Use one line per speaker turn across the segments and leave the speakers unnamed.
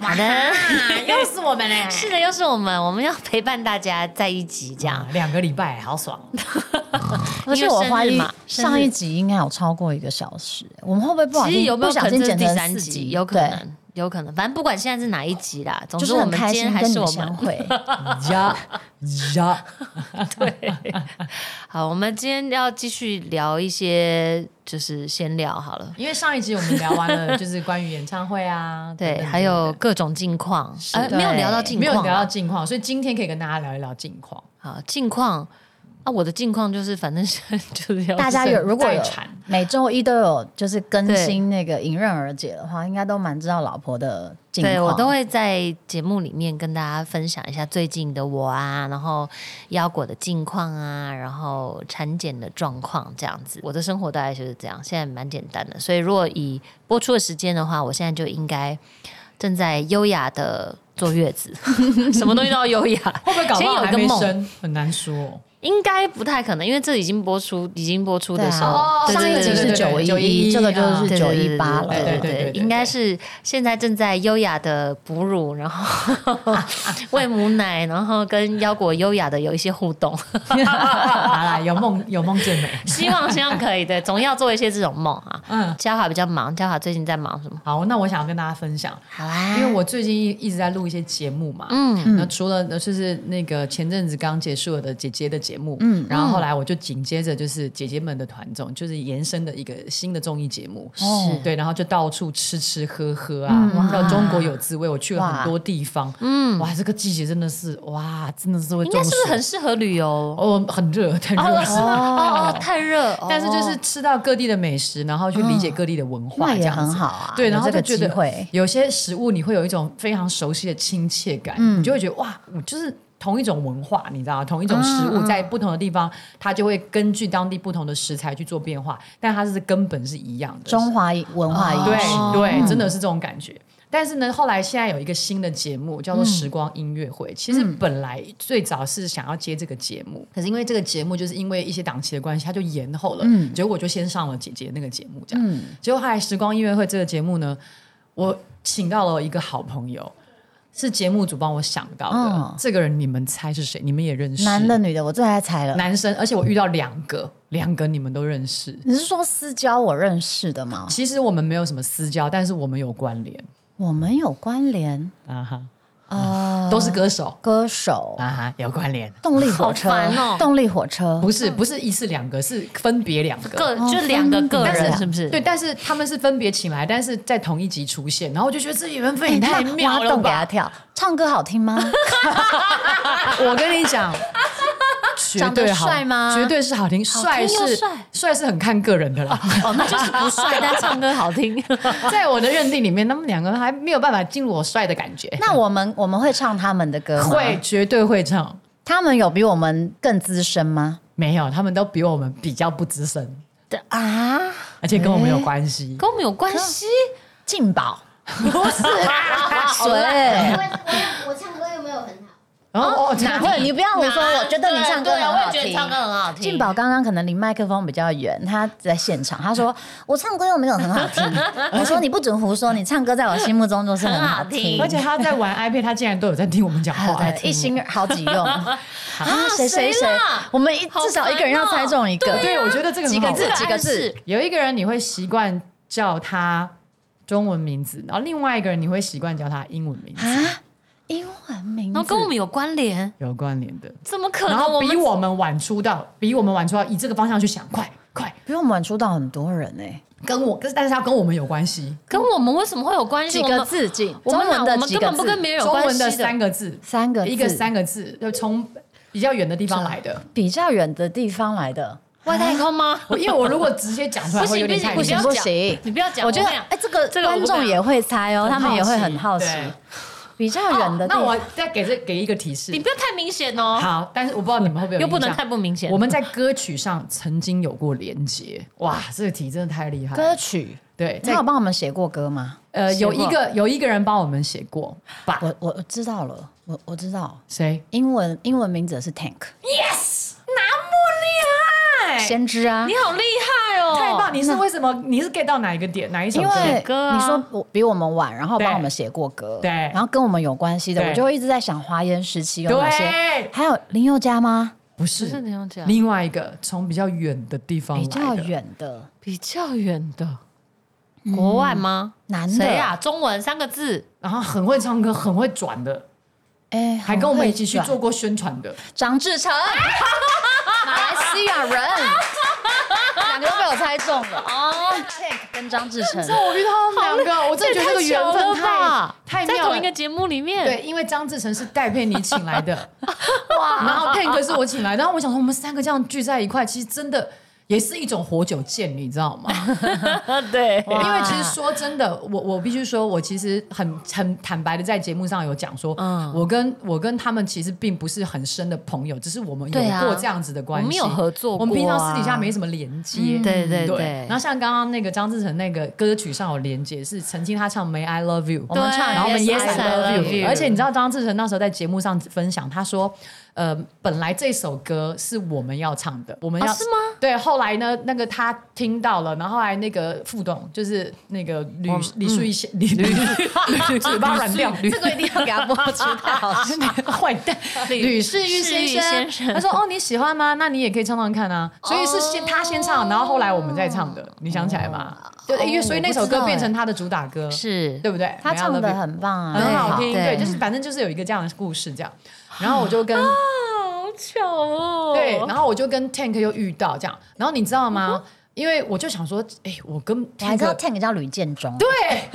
好的，
又 是我们嘞，
啊是的，又是我们，我们要陪伴大家在一起这样。
啊两个礼拜，好爽。
而且我怀
因为生日
疑
嘛生日
上一集应该有超过一个小时，我们会不会不小
其实
心
有没有
不
可能
小心
这是
剪
第
成
三
四
集？
集？
有可
对，
能，有可能。反正不管现在是哪一集啦，总
就
之
是
我
很
们
开
今
心
天还
跟你
是
们
我
相
们。
会。
呀呀，
好，我们今天要继续聊一些，就是闲聊好了。
因为上一集我们聊完了，就是关于演唱会啊，等
对，
等
还有
等等
各种近况，呃，
对
没有聊到近
没有
况
聊到
啊。
近况，所以今天可以跟大家聊一聊近况。
好，近况啊，我的近况就是，反正是 就是要
大家有如果有
待产
每周一都有就是更新那个迎刃而解的话，应该都蛮知道老婆的近况。
对我都会在节目里面跟大家分享一下最近的我啊，然后腰果的近况啊，然后产检的状况这样子。我的生活大概就是这样，现在蛮简单的。所以如果以播出的时间的话，我现在就应该正在优雅的坐月子，什么东西都要优雅。
会不会搞
先
到
有一
还
个
没
梦
生，很难说 哦。
应该不太可能，因为这已经播出，已经播出的时候，对
对啊
哦上
对
一集
对
是
对
九
911
一，这个就是
啊对
九
对
一八了。
对对对对，应该是现在正在优雅的哺乳，然后喂母奶，然后跟腰果优雅的有一些互动，
好啦，有梦有梦最美。
希望希望可以的，总要做一些这种梦啊。
嗯，
嘉华比较忙，嘉华最近在忙什么？
好，那我想要跟大家分享，
好啊，
因为我最近一一直在录一些节目嘛，
嗯，
那除了呃就是那个前阵子刚结束了的姐姐的节目，嗯，然后后来我就紧接着就是姐姐们的团综，就是延伸的一个新的综艺节目，
哦是嗯
对，然后就到处吃吃喝喝啊，到中国有滋味，我去了很多地方，嗯，哇，这个季节真的是哇，真的是会
应
中
该是不是
暑
很适合旅游？
哦，很热，太热
哦，是
了。
吗哦哦，太热，哦
但是就是吃到各地的美食，然后去理解各地的文化，
那
这
也
样子
很好啊。
对，
有
然后
这
就
个
觉
机
得
会，
有些食物你会有一种非常熟悉的亲切感，
嗯
你就会觉得哇，我就是同一种文化，你知道吗？同一种食
嗯
物在不同的地方，它就会根据当地不同的食材去做变化，但它是根本是一样的。
中华文化
哦
饮食
对对，真的是这种感觉。但是呢，后来现在有一个新的节目叫做
嗯
《时光音乐会》。其实本来最早是想要接这个节目，可是因为这个节目就是因为一些档期的关系，它就延后了。
嗯
结果我就先上了姐姐那个节目，这样。结果后来《时光音乐会》这个节目呢，我请到了一个好朋友，是节目组帮我想到的。
嗯
这个人你们猜是谁？你们也认识？
男的、女的，我最爱猜了。
男生，而且我遇到两个，两个你们都认识。
你是说私交我认识的吗？
其实我们没有什么私交，但是我们有关联
我们有关联
啊哈。
啊，
都是歌手
歌手、
啊哈，有关联。
动力火
好
车
烦哦、
动力火车
不是不是一次两个，是分别两个。
个就两个个
但是
人是不是？
对，但是他们是分别请来，但是在同一集出现，然后我就觉得这缘分也太
你
妙
挖
了
洞给
吧！
他跳，唱歌好 听吗？
我跟你讲，绝
长得
对好
帅吗
绝对是好听，帅
又
是
帅
帅是很看个人的 啦。
哦，那就是不帅，但唱歌好听。
在我的认定里面，他们两个还没有办法进入我帅的感觉。
那我们我们会唱他们的歌吗？
会，绝对会唱，
他们有比我们更资深吗？
没有，他们都比我们比较不资深，
的啊，
而且跟我们有关系。
跟我们有关系？
劲宝不是
我
水，
我我唱歌又没有很好，
然后 哦，
哪会？你不要我说，我觉得你唱歌
啊对
很
啊我
好
也觉得唱歌
听。
很好听。
劲宝刚刚可能离麦克风比较远，他在现场，他说我唱歌又没有 很好听。我说你不准胡说，你唱歌在我心目中就是很好 听，
而且他在玩 iPad，他竟然都有在听我们讲
好
话。哎
的一心好几用 啊！谁
谁
谁谁
啦，
我们一
好
至少一个人
烦
要
哦
猜中一个，
对，我觉得这个
几
很好
个
玩
字几个
这个
字
暗，
有一个人你会习惯叫他中文名字，然后另外一个人你会习惯叫他英文名字，
啊，英文名
然后
字
跟我们有关联，
有关联的。
怎么可
然
能？
后比
们
我们晚出道，比我们晚出道，以这个方向去想，快快，
比我们晚出道很多人欸呢、
跟我，但是他跟我们有关系。
跟我们为什么会有关系？
几个字几
我们，
中
我
文
们我
的
们
几
根
个
本
字，
不跟别人有
中
关
文
系
的
的
三个字，
三个字
一个三个字，就从比较远的地方来的。
比较远的地方来的，
外
啊
太空吗？
我因为我如果直接讲出来
不
会有
行不
点
行，
太远
不
行
要
不
讲
行
你不要讲。
我觉得
跟你讲
哎、这个
这个我
观
不
众
敢
也会猜哦，他们也会很好奇，
对
比较远
哦
的
那
地方。
我再给这给一个提示
你，不要太明显哦，
好，但是我不知道你们会不会有
又不能
印象
太不明显。
我们在歌曲上曾经有过连接，哇，这个题真的太厉害了。
歌曲，
对，
他
在
有帮我们写过歌吗？
呃
写
有
过
一个有一个人帮我们写过吧？
我我我知道了，我我知道，
谁？
英文英文名字是 Tank，
那么厉害！
哎、
先知啊
你。好厉害哦！
太棒！你是为什么？你是 get 到哪一个点？哪一首
因
歌？
为
写歌啊
你说我比我们晚，然后
对
帮我们写过歌，
对
然后跟我们有关系的，
对
我就会一直在想华研时期有哪些，
对，
还有林宥嘉吗？
啊
不
不是
是
你要讲
另外一个从比较远的地方来
比
的
较，远的，
比较远的
嗯
国外吗？
男的
谁啊？中文三个字，
然后很会唱歌，很会转的，
哎，
还跟我们一起去
很会
做
转
过宣传的。
张志成，马来西亚人，两个都被我猜中了哦，Check 跟张志 成，
我遇到他们两个，我真的觉得这个缘
太巧了
分太
吧
太
在
妙
同
了
一个。节目里面，
对，因为张志成是戴佩妮请 来的，哇，然后 Tank 是我请来，然后我想说我们三个这样聚在一块，其实真的也是一种活久见，你知道吗？
对
哇
因为其实说真的，我我必须说，我其实很很坦白的在节目上有讲说，
嗯
我跟我跟他们其实并不是很深的朋友，只是我们有
对啊
过这样子的关系，
我们有合作过啊
我们平常私底下没什么连接，
嗯对对对
然后像刚刚那个张志成那个歌曲上有连接，是曾经他唱《May I Love You》，
我们
对
唱
然后我们
Yes,
Yes
I
I
love
Love
you
You，而且你知道张志成那时候在节目上分享，他说，呃，本来这首歌是我们要唱的，我们要、
啊是吗？
对，后来呢，那个他听到了，然后后来那个副董就是那个吕
哦
李
嗯
树一先李吕 吕 嘴巴软掉，
这个一定 要给他播出，太好笑了。
坏蛋，
吕
吕世玉先
世玉先生
生，他说：“哦，你喜欢吗？那你也可以唱唱看啊。”所以是先他先唱，然后后来我们再唱的，你想起来吗？对，因为所以那首
我不知
歌
道
变成他的主打歌，
是
对不对？
他
May I
唱
Love
的
You
很棒啊，
很好听，
对
对，就是反正就是有一个这样的故事这样。然后我就 跟、
好巧哦
对，然后我就跟 Tank 又遇到这样，然后你知道吗？因为我就想说，哎、我跟
我还知道
Tank。
Tank 叫吕建中，
对，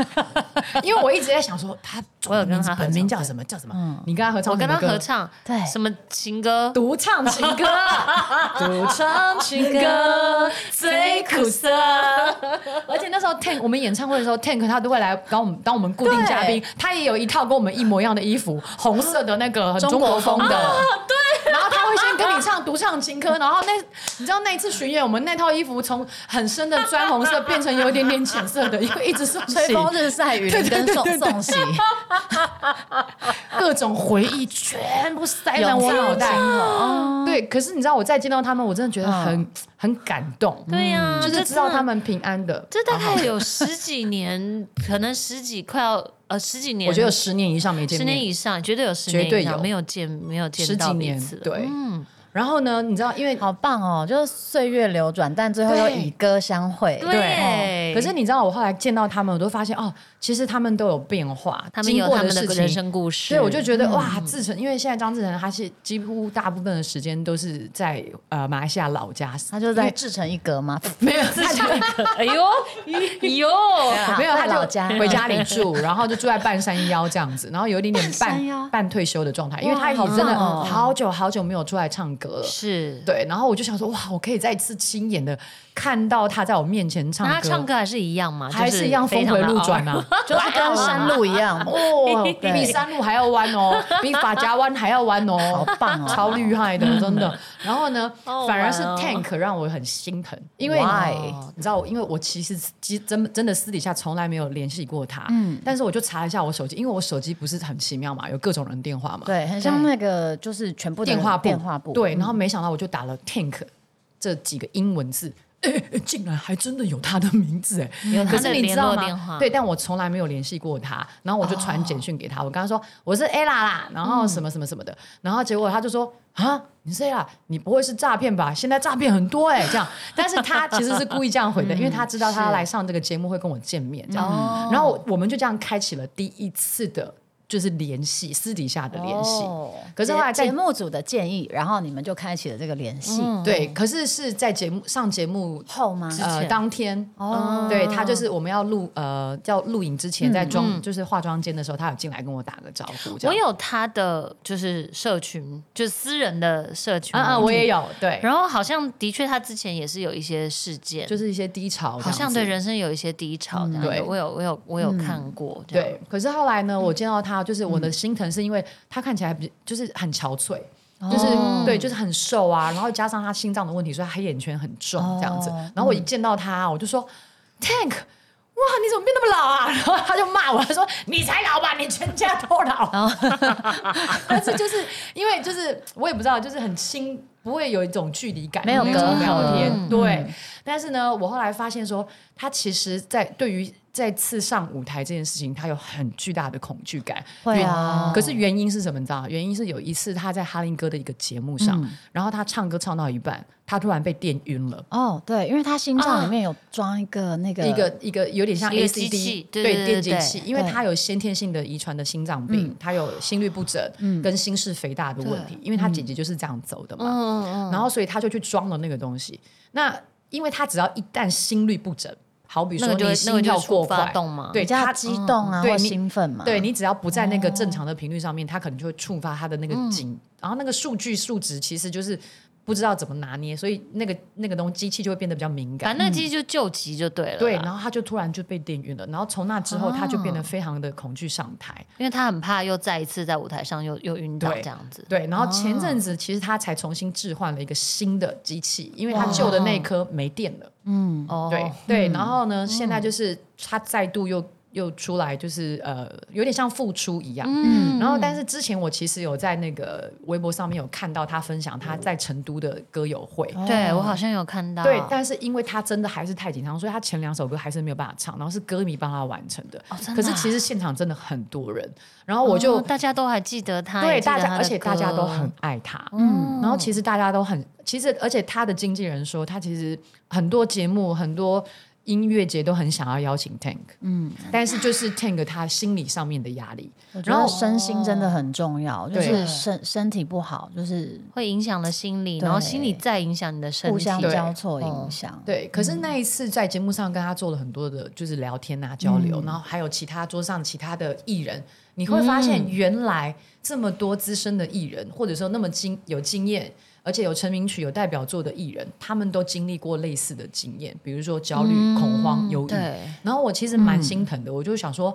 因为我一直在想说他，
我有跟他合唱
本名叫什么？叫什么？你跟他合唱
我
什
哦跟
么
他
歌？
合唱，
对
什么情歌？
独唱情歌， 独唱情歌最苦涩。 而且那时候 Tank 我们演唱会的时候，Tank 他都会来当我们当我们固定嘉宾，他也有一套跟我们一模一样的衣服，红色的那个很中国风的。对。然后他会先跟你唱独唱情歌，然后那你知道那一次巡演，我们那套衣服从很深的砖红色变成有一点点浅色的，因为一直送洗
吹风日晒雨淋跟宋宋喜，
各种回忆全部塞满我脑袋。哦对，可是你知道，我再见到他们，我真的觉得很、很感动，
对呀、
就是
这
知道
真的
他。们平安的。
这大概有十几 年，可能十几快要呃十几年，
我觉得有十年以上没见
十
面，
年以上，绝对有十年以上
绝对有
没有见没有见
十
到
几
彼
年
此了，
对
嗯，
然后呢，你知道，因为
好棒哦！就是岁月流转，但最后又以歌相会。
对。
可是你知道，我后来见到他们，我都发现哦，其实他们都有变化，
他们
经
有
过
他们
事
的
情
人生故事，嗯
所以我就觉得、哇，志成，因为现在张志成他是几乎大部分的时间都是在呃马来西亚老家，
他就在制成一格嘛，
没有自己
哎呦，哟，
没有，
在
他就
啊老家
回家里住， 然后就住在半山腰这样子，然后有一点点
半山腰
半半退休的状态，因为他已
好
经真的
棒哦
好久好久没有出来唱歌了。
是。
对，然后我就想说，哇，我可以再一次亲眼的看到他在我面前唱
那
歌，
他唱歌还是一样嘛，
还
就是
一样
非
峰
常
回
的
路转
傲
啊，
就是跟山路一 样，
哦，
对
比山路还要弯 哦，比法家湾还要弯哦，
好棒哦
超厉害的，真的。然后呢，
好好玩哦
反而是 Tank 让我很心疼，因为
Why？
你知道，因为我其实其真真的私底下从来没有联系过他，
嗯
但是我就查一下我手机，因为我手机不是很奇妙嘛，有各种人电话嘛，
对，很像那个就是全部的
电话簿，
电话簿，嗯
对，然后没想到我就打了 Tank 这几个英文字。 哎、哎竟然还真的有他的名字哎、
有他的
可是你知道
联络电话
吗？对，但我从来没有联系过他。然后我就传简讯给他，我跟他说我是 Ella 啦，然后什么
嗯
什么什么的。然后结果他就说啊，你是 Ella，你不会是诈骗吧？现在诈骗很多哎、这样。但是他其实是故意这样回的，因为他知道他
嗯
要来上这个节目会跟我见面这样。
哦
然后我我们就这样开启了第一次的，就是联系，私底下的
哦，
联系。可是后来在嗯
节节目组的建议，然后你们就开启了这个联系
对，可是是在节目上节目
后吗？
呃
前
当天，
哦
对他就是我们要录呃叫录影之前，在妆、就是化妆间的时候，他有进来跟我打个招呼，这
嗯我
样。
有他的就是社群，就是私人的社群，
嗯嗯，我也。有对，
然后好像的确，他之前也是有一些事件，
就是一些低潮这样子，
好像对人生有一些低潮这样。
嗯对嗯
我有我有我有看过。这样
对。可是后来呢，
嗯
我见到他，就是我的心疼，是因为他看起来比就是很憔悴。
哦
就是、对，就是很瘦啊，然后加上他心脏的问题，所以他黑眼圈很重这样子。
哦
然后我一见到他，我就说，Tank，哇，你怎么变那么老啊？ 然后他就骂我，他说你才老吧，你全
哦
家都老。但是就是因为就是我也不知道，就是很亲不会有一种距离感，
没有
那种
隔阂
聊
嗯
天。对，但是呢，我后来发现说，他其实在对于再次上舞台这件事情，他有很巨大的恐惧感。
会
原
啊，
可是原因是什么？你知道吗？原因是有一次他在哈林哥的一个节目
嗯
上，然后他唱歌唱到一半，他突然被电晕了。
哦，对，因为他心脏里面有装一个那个
啊一个一个有点像
一个
ACD
机器对对对
对电击
对
器，因为
对
他有先天性的遗传的心脏
嗯
病，他有心律不整跟心室肥大的问题，因为
嗯
他姐姐就是这样走的嘛，
嗯嗯
然后所以他就去装了那个东西。那因为他只要一旦心律不整，好比
那
说
个就会
你
那个
心
就
跳
是
过
触发
快，
动嘛，
对
比较
他嗯
激动啊
对
或
你
兴奋嘛，
对你只要不在那个
哦
正常的频率上面，它可能就会触发它的那个
嗯
紧，然后那个数据数值其实就是不知道怎么拿捏，所以那个那个东西机器就会变得比较敏
反
感。
正那机器就救急就对了啦。
嗯对，然后他就突然就被电晕了，然后从那之后他就变得非常的恐惧上台。
因为他很怕又再一次在舞台上又又晕倒这样子。
对，然后前阵子其实他才重新置换了一个新的机器，因为他旧的那颗没电了。
哦，
嗯
嗯
对对，然后呢，现在就是他再度又又出来，就是呃，有点像复出一样。
嗯
然后，但是之前我其实有在那个微博上面有看到他分享他在成都的歌友会，
对我好像有看到，哦
哦对，但是因为他真的还是太紧张，所以他前两首歌还是没有办法唱，然后是歌迷帮他完成的。
哦真的啊
可是其实现场真的很多人，然后
哦
我就、
大家都还记得他，
对
也记得
大家，
他的
而且大家
歌
都很，爱他，
嗯
然后其实大家都很，其实而且他的经纪人说，他其实很多节目、很多音乐节都很想要邀请 Tank，嗯，但是就是 Tank 他心理上面的压力，
我觉
然
得
后
身心真的很重要，就
对
是身身体不好，就是
会影响了心理，
对
然后心理再影响你的身
互
体，
相
对嗯
交错影响。
对，可
嗯
是那一次在节目上跟他做了很多的，就是聊天啊、交
嗯
流，然后还有其他桌上其他的艺人，你会发现
嗯
原来这么多资深的艺人，或者说那么经有经验，而且有成名曲、有代表作的艺人，他们都经历过类似的经验，比如说焦虑、恐慌、忧郁。
嗯对，嗯
然后我其实蛮心疼的，我就想说，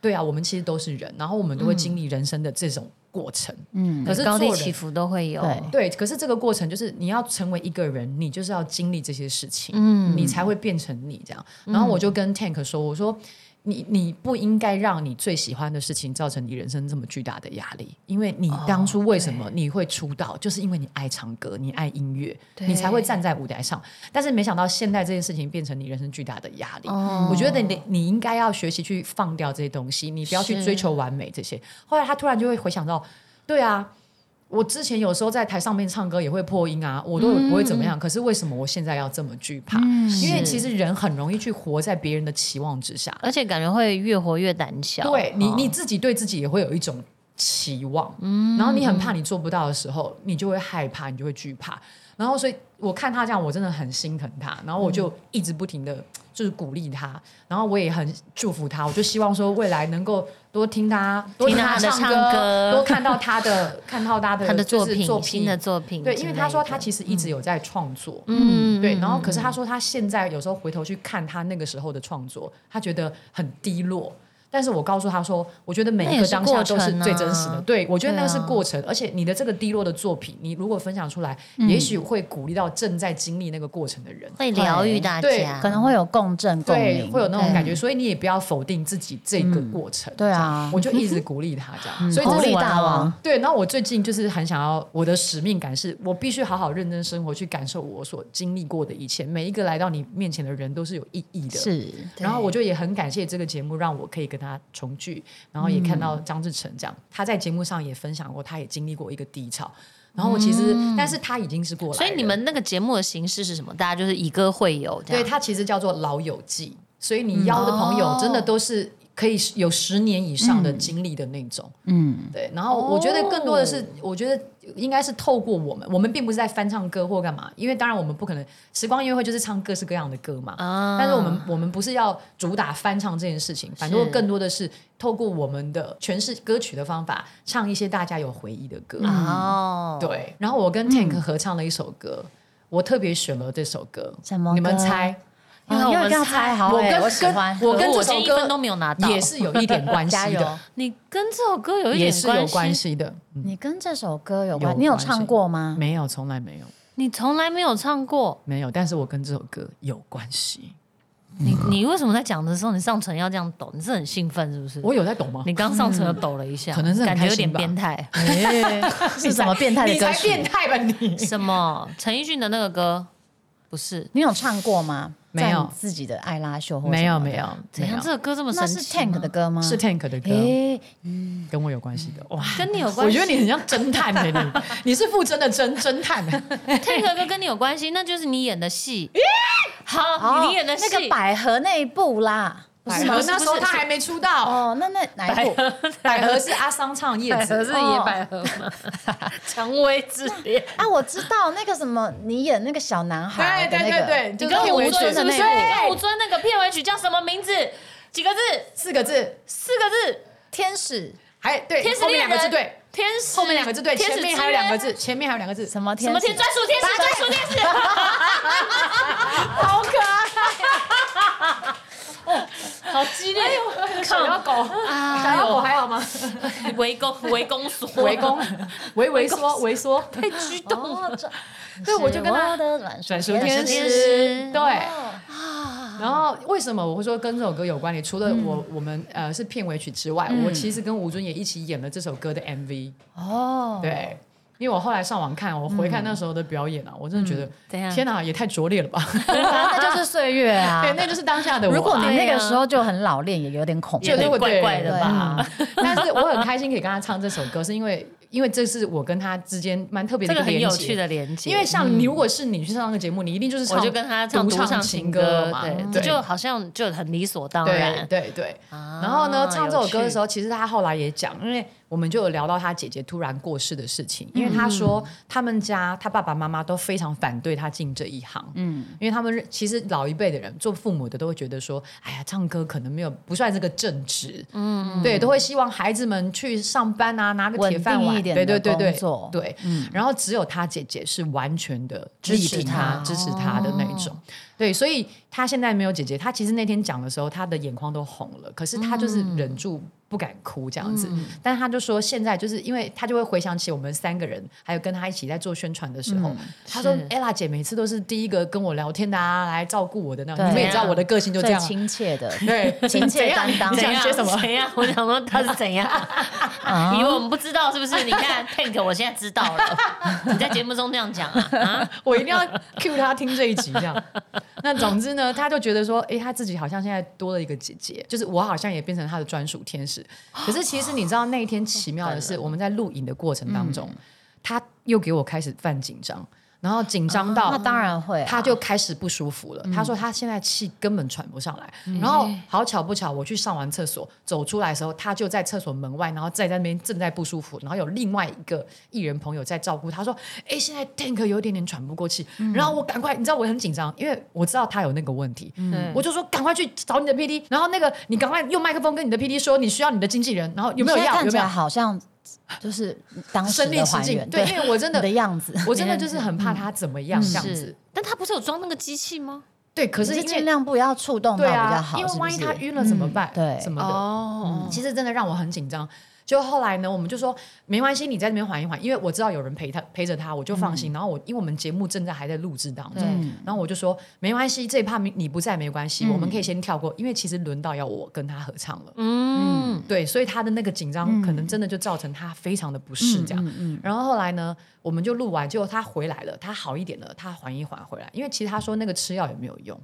对啊，我们其实都是人，然后我们都会经历人生的这种过程。
嗯，
可是
嗯高低
做人
起伏都会有，
对
对，可是这个过程就是你要成为一个人，你就是要经历这些事情，
嗯
你才会变成你这样。然后我就跟 Tank 说，我说。你你不应该让你最喜欢的事情造成你人生这么巨大的压力，因为你当初为什
哦
么你会出道，就是因为你爱唱歌，你爱音乐，
对
你才会站在舞台上。但是没想到现在这件事情变成你人生巨大的压力。
哦
我觉得你你应该要学习去放掉这些东西，你不要去
是
追求完美这些。后来他突然就会回想到，对啊，我之前有时候在台上面唱歌也会破音啊，我都不会怎么样。可是为什么我现在要这么惧怕？因为
嗯是
其实人很容易去活在别人的期望之下，
而且感觉会越活越胆小，
对你
哦
你自己对自己也会有一种期望，
嗯
然后你很怕你做不到的时候，你就会害怕，你就会惧怕。然后所以我看他这样，我真的很心疼他，然后我
嗯
就一直不停的就是鼓励他，然后我也很祝福他，我就希望说未来能够多听他，多
听
他
他的
唱
唱歌
多看到他的看到他的
他的
就
作
是
品，
作
新的作品之
对，
类的，嗯
因为他说他其实一直有在创作，
嗯，嗯
对，然后可是他说他现在有时候回头去看他那个时候的创作，他觉得很低落。但是我告诉他说，我觉得每一个当下都是最
那也是
真实
过程
的。
啊
对，我觉得那个是
对啊
过程，而且你的这个低落的作品，你如果分享出来，也许会鼓励到正在经历那个过程的人。
嗯会疗愈大
对
家，
可能会有共振共
啊对，
鸣，
会有那种感觉，所以你也不要否定自己这
嗯
个过程。
对啊
这样我就一 直鼓励他这样，所以
鼓
这
励
是我
大
好玩
王
哦。
对，然后我最近就是很想要，我的使命感是我必须好好认真生活，去感受我所经历过的一切。每一个来到你面前的人都是有意义的。。
是，
然后我就也很感谢这个节目，让我可以跟他重聚，然后也看
嗯
到张志成这样，他在节目上也分享过，他也经历过一个低潮。然后我其实，但是他已经是过来
嗯
人，
所以你们那个节目的形式是什么？大家就是以歌会友，这
对
样。
它其实叫做老友记，所以
嗯
你邀的朋友
哦
真的都是可以有十年以上的经历的那种。
嗯，哦
对，然后我觉得更多的是，我觉得应该是透过我们，我们并不是在翻唱歌或干嘛，因为当然我们不可能时光音乐会就是唱各式各样的歌嘛。
啊
但是我们我们不是要主打翻唱这件事情，反正更多的是透过我们的诠释歌曲的方法，唱一些大家有回忆的歌。
啊
哦，
对，然后我跟
嗯
Tank 合唱了一首歌，我特别选了这首歌，
什么歌
你们猜？
因为我
啊因为
们
刚
猜
才好
我
欸，
跟
我喜
跟
欢，
我
可
跟
我
这首
今天一
歌
分都没有拿到，
也是有一点关
加
系
油
的，
你跟这首歌有一
也
点
是有
关
关。系的。嗯
你跟这首歌有
有
关，你有
关系
唱过吗？
没有，从来没有，
你从来没有唱过，
没有。但是我跟这首歌有关系，
你你为什么在讲的时候，你上唇要这样抖？你是很兴奋是不是？
我有在懂吗？
你刚上唇又抖了一下，
可能是很
感觉有
开
点
心吧
变态。
哎 是什么变态的
你
歌
才
曲？
变态吧你？
什么？陈奕迅的那个歌不是？
你有唱过吗？
没有
在你自己的艾拉秀或什么的
没有没有，
怎
没
样？
有
这个歌这么神
那
奇
是
吗？
Tank 的歌吗？
是 Tank 的歌，
诶，
跟我有关系的哇。
跟你有关
啊我
系？
觉得你很像侦探的你，你是傅真的侦侦探，欸
Tank 的歌跟你有关系，那就是你演的戏。好，
哦
你演的戏。
那个百合那一部啦，不
百
是
合
吗？
那时候他还没出道，
哦，那那哪一部？
百合是阿桑唱叶子，哦
野百
合吗？哦 蔷薇之恋。
啊，我知道那个什么，你演那个小男孩的
对
那
对
个，
对对，
你
就
跟
是
吴
吴
尊
尊
的
是不
那
是？
一部
吴尊那个片尾曲叫什么名字？几个字？
四个字，
四个字。
天使
还对，
天使
后面
恋
两个字
人
对，
天使。
后面两个字对，
天
前
使
面
之
还有两个
约。
字，前面还有两个字，
什么天
什么天？专属天使？专属天使。
好可爱，
好激烈！
小妖 狗，小妖狗还好吗？
围攻围攻所。
围 攻，围围缩，围缩，
太激动了。
哦，这
对我就跟他
是我的软
转
软
述
天
天
天
使
使，
对啊。然后为什么我会说跟这首歌有关联？除了我我们呃是片尾曲之外，我其实跟吴尊也一起演了这首歌的 MV。
哦，
对，因为我后来上网看，我回看那时候的表演啊，我真的觉
怎样
得天哪，也太拙劣了吧！
那就是岁月啊
对，。那就是当下的我啊。
嗯如果你那
对
个
啊
时候就很老练，也有点恐怖
就。有点
对
怪怪的吧？
嗯 但是我很开心可以跟他唱这首歌，是因为因为这是我跟他之间蛮特别
这
的一
个
个
很
连
有
接
趣的连接，
因为像你，如果是你去上那个节目，你一定就是唱
我就跟他唱
独
独
唱
唱
情
情
歌
歌
嘛，嗯
对，这
对
就好像就很理所当
对
然。
对对。
然
啊
然后呢，唱这首歌的时候，其实他后来也讲，因为我们就有聊到他姐姐突然过世的事情，因为
嗯
他说他们家他爸爸妈妈都非常反对他进这一行，嗯，因为他们认其实老一辈的人做父母的都会觉得说，哎呀，唱歌可能没有不算是个正职，嗯，对，都会希望孩子们去上班啊，拿个铁饭
稳
碗，
定一点
对对
的
对对
工作
对，
嗯
然后只有他姐姐是完全的
支持
力挺
他哦
支持他的那种。对，所以他现在没有姐姐，他其实那天讲的时候，他的眼眶都红了，可是他就是
嗯
忍住。不敢哭这样子，但是他就说现在就是因为他就会回想起我们三个人，还有跟他一起在做宣传的时候，
嗯
他说
是
ella 姐每次都是第一个跟我聊天的啊，来照顾我的那种，
对
你们也知道我的个性就这
最
样啊，
亲 切 的，
对，
亲切
怎样
担当
你
怎
想
样
学什么？
怎样？我想说他是怎样？
嗯
哦
以为我们不知道是 不是？你看 Tank，我现在知道 了。你在节目中这样讲啊？啊
我一定要 cue 他听这一集，这样。那总之呢，他就觉得说，哎、他自己好像现在多了一个姐姐，就是我好像也变成他的专属天使。可是其实你知道那一天奇妙的是，我们在录影的过程当中，
嗯
他又给我开始犯紧张，然后紧张到、
那当然会啊。嗯
他就开始不舒服了。他说他现在气根本喘不上来。然后
哎
好巧不巧，我去上完厕所走出来的时候，他就在厕所门外，然后在那边正在不舒服。然后有另外一个艺人朋友在照顾他，说：“哎，现在 Tank 有一点点喘不过气。
嗯
然后我赶快，你知道我很紧张，因为我知道他有那个问题，
嗯
我就说赶快去找你的 PD。然后那个你赶快用麦克风跟你的 PD 说你需要你的经纪人，然后有没有
你现在
要
看
有
起
没有
来好像就是当时
身临
的
其
还
境？
原，
对，因为我真
你的嗯
的。”
样子。
我真的就是很怕他怎么样这样子
是，，但他不是有装那个机器吗？
对，可
可
是
是
因为
尽量不要触动到
对
比
啊，
较好，
因为
是不
万一
是嗯
他晕了怎么办？
对
什么的。嗯
哦，
其实真的让我很紧张。就后来呢，我们就说没关系，你在那边缓一缓，因为我知道有人陪他陪着他，我就放
嗯
心。然后我因为我们节目正在还在录制当中，然后我就说没关系，这一趴你不在没关
嗯
系，我们可以先跳过，因为其实轮到要我跟他合唱了。
嗯，
对，所以他的那个紧张可能真的就造成他非常的不适这样。然后后来呢，我们就录完，结果他回来了，他好一点了，他缓一缓回来，因为其实他说那个吃药也没有用，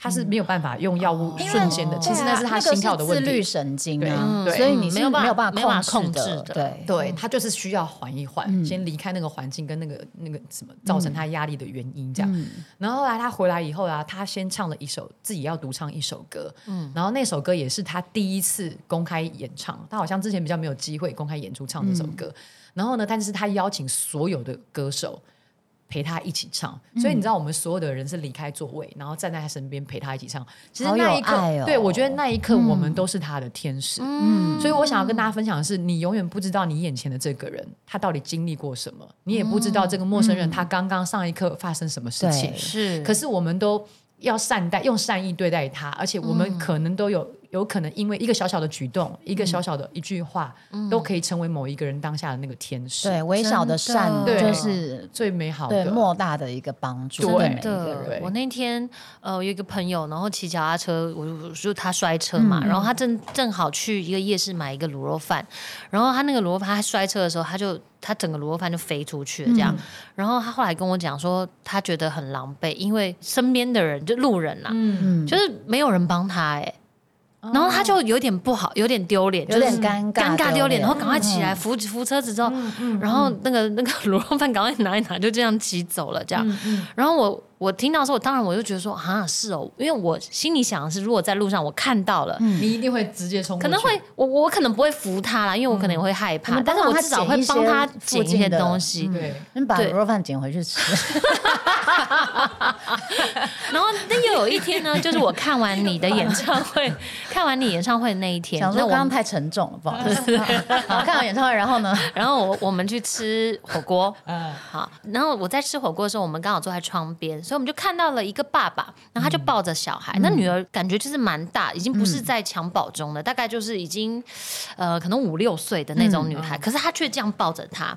他是没有办法用药物
因为
瞬间的，
对
其实那
啊
是他
那个
心跳的问
自律
题。
神经啊，
对对
所以你是
没有办法
有办
没有办法
控
控
的，
制的
对。
对他就是需要缓一缓，
嗯
先离开那个环境跟那个那个什么造成他压力的原因这样。
嗯
然后后来他回来以后啊，他先唱了一首自己要独唱一首歌，
嗯
然后那首歌也是他第一次公开演唱，他好像之前比较没有机会公开演出唱这首歌。
嗯
然后呢，但是他邀请所有的歌手陪他一起唱，
嗯
所以你知道我们所有的人是离开座位，然后站在他身边陪他一起唱。其实
好有
那一刻，
爱哦嗯
对我觉得那一刻我们都是他的天使。嗯，所以我想要跟大家分享的是，你永远不知道你眼前的这个人他到底经历过什么，你也不知道这个陌生
嗯
人他刚刚上一刻发生什么事情
对。
是。
可是我们都要善待，用善意对待他，而且我们可能都有有可能因为一个小小的举动，一个小小的一句话，
嗯
都可以成为某一个人当下的那个天使，
对，微小的善
真的
就是
最美好
对
的。
莫大的一个帮助，
对
每一个人。
的
对，
我那天呃有一个朋友，然后骑脚踏车，我我就他摔车嘛，然后他正正好去一个夜市买一个卤肉饭，然后他那个卤肉饭他摔车的时候，他就他整个卤肉饭就飞出去了这样，然后他后来跟我讲说，他觉得很狼狈，因为身边的人就路人啊啦、
嗯，
嗯，哦
就是没有人帮他哎、然后他就有点不好，有点丢脸，
有点
就是
尴
尴尬
尬
丢
丢
脸，
脸嗯
然后赶快起来扶扶车子之
嗯
后，然后那个那个卤肉饭赶快拿一拿，就这样骑走了这
嗯
样。
嗯
然后我我听到的时候，我当然我就觉得说啊是哦，因为我心里想的是，如果在路上我看到了，
嗯
你一定会直接冲过去，
可能会我我可能不会扶他啦，因为我可能也会害
你
怕，
们
但
嗯帮
是我
忙他
至少会帮他捡
捡
一
一些
些
附近的嗯
东西。
对。
你把
对
卤肉饭捡回去 吃，
然后那又有一天呢，就是我看完你的演唱会， 看完你演唱会那一天，
想
那
说
我
刚
们
刚太沉重了，不好意 思。好，看完演唱会，然后呢？
然后我我们去吃火锅，
嗯
好，然后我在吃火锅的时候，我们刚好坐在窗边，所以我们就看到了一个爸爸，然
嗯
后他就抱着小孩，那女儿感觉就是蛮大，已经不是在襁褓中了，大概就是已经呃可能五六岁的那
嗯
种女孩，可是她却这样抱着她，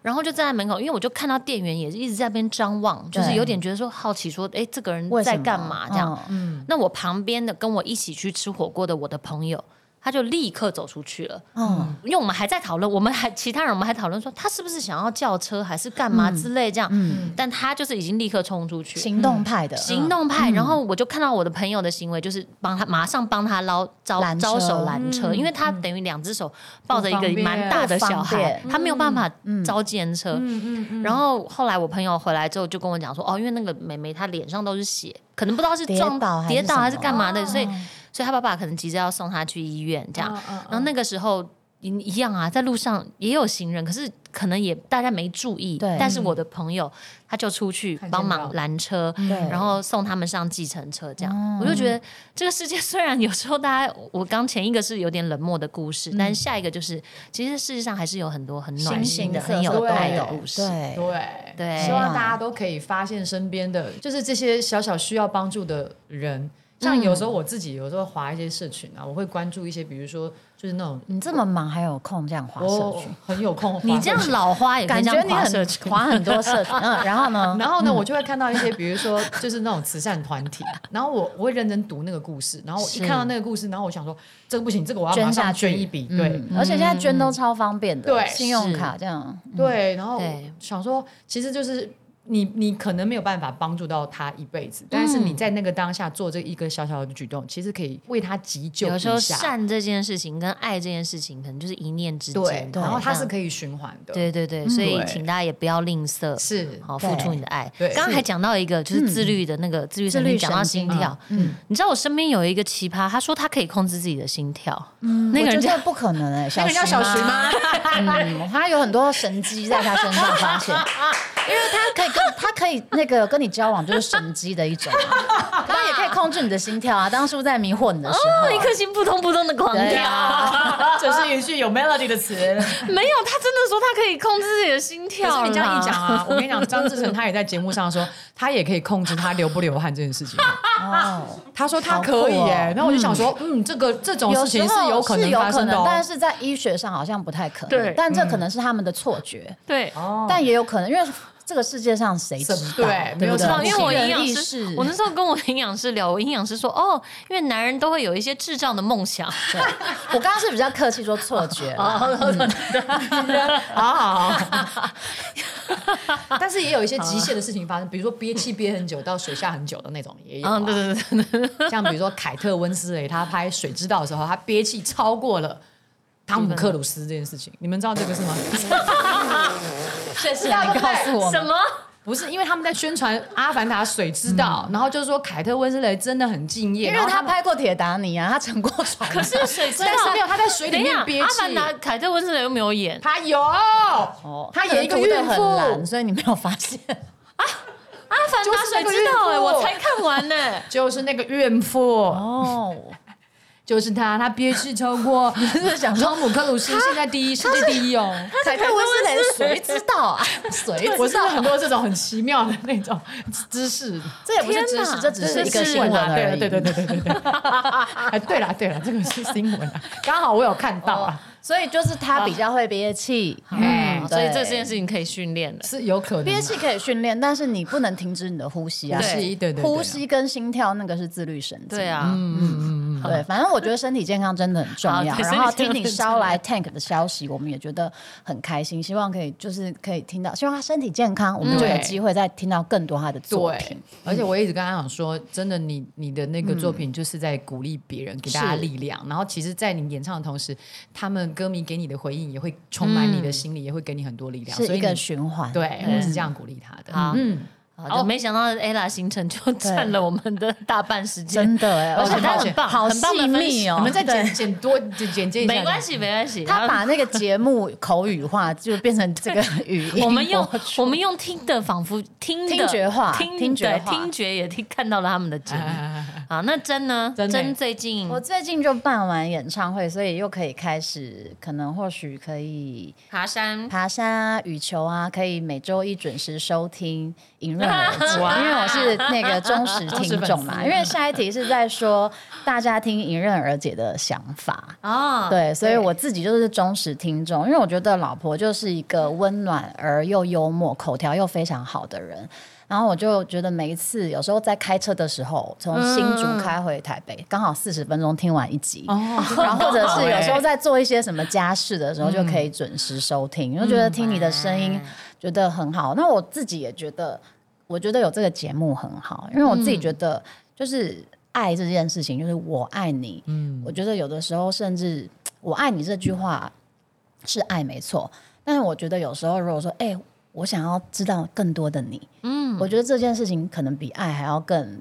然后就站在门口，因为我就看到店员也一直在那边张望，就是
对
有点觉得说好奇说，哎，这个人
为什
在
么
干嘛这样？？
嗯
那我旁边的跟我一起去吃火锅的我的朋友，他就立刻走出去了。
嗯，
因为我们还在讨论，我们还其他人我们还讨论说他是不是想要叫车还是干嘛之类这样，但他就是已经立刻冲出去，行
嗯行动派嗯的，
动派。然后我就看到我的朋友的行为，就是帮他马上帮他捞招
拦车嗯
招手拦车，因为他等于两只手抱着一个
不方便
蛮大的小
不方
孩
便，
他没有办法招监车。
嗯嗯
然后后来我朋友回来之后就跟我讲说，哦，因为那个妹妹她脸上都是血，可能不知道是
跌
撞
倒还是
跌倒
什么
还是干嘛的，所以
哦
所以她爸爸可能急着要送她去医院这样。
嗯嗯
然后那个时候一一样啊，在路上也有行人，可是可能也大家没注意。
对
但是我的朋友他就出去
看见
帮忙
到
拦车，
对
然后送他们上计程车，这样、
嗯
我就觉得这个世界虽然有时候大家，我刚前一个是有点冷漠的故事，但是下一个就是其实世界上还是有很多很暖心的、
形形色色
很有爱的
对
故事。
哎对，
对
对
希望大家都可以发现身边的，就是这些小小需要帮助的
嗯
人。像有时候我自己有时候划一些社群啊，我会关注一些，比如说就是那种
你这么忙还有空这样滑社
我
群，
很有空，
你这样。老花也可以
哦感
这
觉
样
你
滑社
很
群，
滑很多社 群，嗯，然后呢？
然后呢，我就会看到一些，比如说就是那种慈善团体，然后我我会认真读那个故事，然后我一
是
看到那个故事，然后我想说这个不行，这个我要
捐
马
下
上
去
捐一笔，对，
嗯而且现在捐都超方便的，
对
信用卡这样，
对，然后
对
想说，其实就是你，你可能没有办法帮助到他一辈子，但是
嗯
你在那个当下做这一个小小的举动，其实可以为他急救
有
一
时候
下。
善这件事情跟爱这件事情，可能就是一念之
对
间，。
然后它是
以。
可以循环的，
对对对，所以
对
请大家也不要吝啬，
嗯是
好
对
付出你的爱。
对
刚刚还讲到一个就是自律的那个自律神
自
经，
律
讲到
神
心
经
跳。
嗯，
你知道我身边有一个奇葩，他说他可以控制自己的心跳，
嗯
那个
我
人
觉
叫
得不可能 哎，
那个叫小徐
徐吗？
吗？
嗯，他有很多神机在他身上发现，因为他可以跟他可以那个跟你交往，就是神机的一种啊，他也可以控制你的心跳啊。当初在迷哦惑你的时候，啊
一颗心扑通扑通的狂
对
跳。
啊，
这是一句有 melody 的 词。
没有，他真的说他可以控制自己的心
可
跳。
是你这样一讲，啊，我跟你讲，张志成他也在节目上说，他也可以控制他流不流汗这件事情。
哦，
他说他
好酷
可以
哦
耶，然后我就想说，嗯，这个这种事情
时
是
候
有可能发生的
是有可能
哦。
但是在医学上好像不太可能。
对
但这可能是他们的错觉，
对。
哦
但也有可能，因为这个世界上谁知道？
对
对不
没有
对
知道
因为我营养
意
师
识，，
我那时候跟我营养师聊，我营养师说，哦，因为男人都会有一些智障的梦想，
对我刚刚是比较客气说错觉啦，
哦
好好好，但是也有一
啊
些极限的事情发生，比如说憋气憋很久到水下很久的那种也有、啊。
嗯，对对对对，
像比如说凯特温斯雷，她拍《水之道》的时候，她憋气超过了汤姆克鲁斯这件事情，你们知道这个 是吗？
确实
你告诉我
什
们，
么？
不是，因为他们在宣传《阿凡达》《水之道》
嗯
然后就是说凯特温斯雷真的很敬业，
因
然
为
后
他
们。
拍过《铁达尼》啊，他乘过船啊，
可是水知道
但是没有，他在水里
等一下
面憋，
阿
气。
凡达凯特温斯莱又没有演，
他有，
哦
他
可能
演一个
涂得
孕
很
妇
蓝所以你没有发现。
阿凡达
就是
谁
那个
知道欸
孕
哎、
妇
我才看完呢、
就是那个孕妇。
哦，
就是他，他憋气超过， 就是想说姆克鲁斯现在第一，世界第一哦。
凯特温斯雷谁知道啊？谁
我
知
是不是很
道？
多这种很奇妙的那种 知识？
这也不是知
天
识，
哪
这只是一个
这
新闻
啊
而已。
对对对对对对。 哎，对啦对啦，这个是新闻啊，刚好我有看到啊，
所以就是他比较会憋气，
嗯，
对
所以这件事情可以训练的。
是有可能啊
憋气可以训练，但是你不能停止你的呼吸啊
呼。吸，对对对，
呼吸跟心跳那个是自律神经。嗯
对啊，
嗯
对，反正我觉得身体健康真的很重
好
要。
对
然后
身体健康
听你
很重
捎来 Tank 的消息，我们也觉得很开心。希望可以就是可以听到，希望他身体健康，我们就有
对
机会再听到更多他的作品
对。，而且我一直跟他讲说，真的你，你的那个作品就是在鼓励别人，给大家
是
力量。然后，其实，在你演唱的同时，他们歌迷给你的回应也会充满你的心里，也会给你很多力量。
是
所以
一个
你
循环。
对，我是这样鼓励他的。
嗯好
嗯，
好的，没想到 Ella 行程就占了我们的大半时间
真，的哎，
而且
他
她
很
很棒，
好
很棒
细
的分
密
析
哦。
你 们再
对
剪剪多剪剪接一下，
没关。系，没关系。
他
然后
把那个节目口语化，就变成 这个语音。
我们用我们用听的，仿佛听的
听觉化
听
听觉
对
化
听觉也听看到了他们的节目。好，那真呢？
真呢
真最近
我最近就办完演唱会，所以又可以开始，可能或许可以
爬山
爬山啊、羽球啊，可以每周一准时收听尹润 儿的节目，
哇
因为我是那个忠实听众嘛。因为下一题是在说大家听尹润儿姐的想法。
啊
哦，
对，所以我自己就是忠实听众，因为我觉得老婆就是一个温暖而又幽默、口条又非常好的人。然后我就觉得每一次，有时候在开车的时候，从
嗯
新竹开回台北，刚好四十分钟听完一集，
哦，真的
然后或者
好
是有
欸嗯
时候在做一些什么家事的时候，就可以准时收听，因为觉得听你的声音
哎
觉得很好。那我自己也觉得，我觉得有这个节目很好，因为我自
嗯
己觉得就是爱这件事情，就是我爱你。嗯，我觉得有的时候甚至“我爱你”这句话是爱没错，但是我觉得有时候如果说，哎、我想要知道更多的你，嗯，我觉得这件事情可能比爱还要更